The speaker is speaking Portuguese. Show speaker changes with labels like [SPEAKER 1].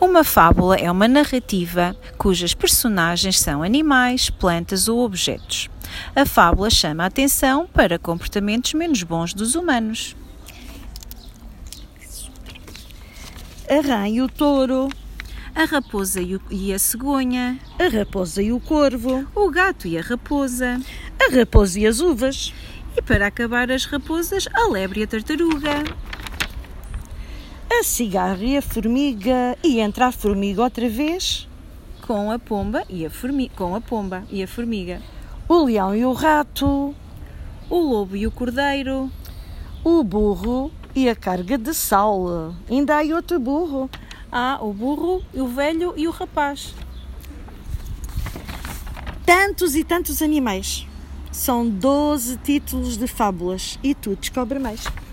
[SPEAKER 1] Uma fábula é uma narrativa cujas personagens são animais, plantas ou objetos. A fábula chama a atenção para comportamentos menos bons dos humanos.
[SPEAKER 2] A rã e o touro,
[SPEAKER 1] A raposa e, o- e a cegonha,
[SPEAKER 2] a raposa e o corvo,
[SPEAKER 1] o gato e a raposa.
[SPEAKER 2] a raposa e as uvas,
[SPEAKER 1] E para acabar as raposas, a lebre e a tartaruga.
[SPEAKER 2] a cigarra e a formiga e entra a formiga outra vez,
[SPEAKER 1] Com a pomba e a formiga, com a pomba e a formiga.
[SPEAKER 2] o leão e o rato,
[SPEAKER 1] O lobo e o cordeiro.
[SPEAKER 2] o burro e a carga de sal. Ainda há aí outro burro.
[SPEAKER 1] Ah, o burro, o velho e o rapaz.
[SPEAKER 2] Tantos e tantos animais. São 12 títulos de fábulas e tu descobre mais.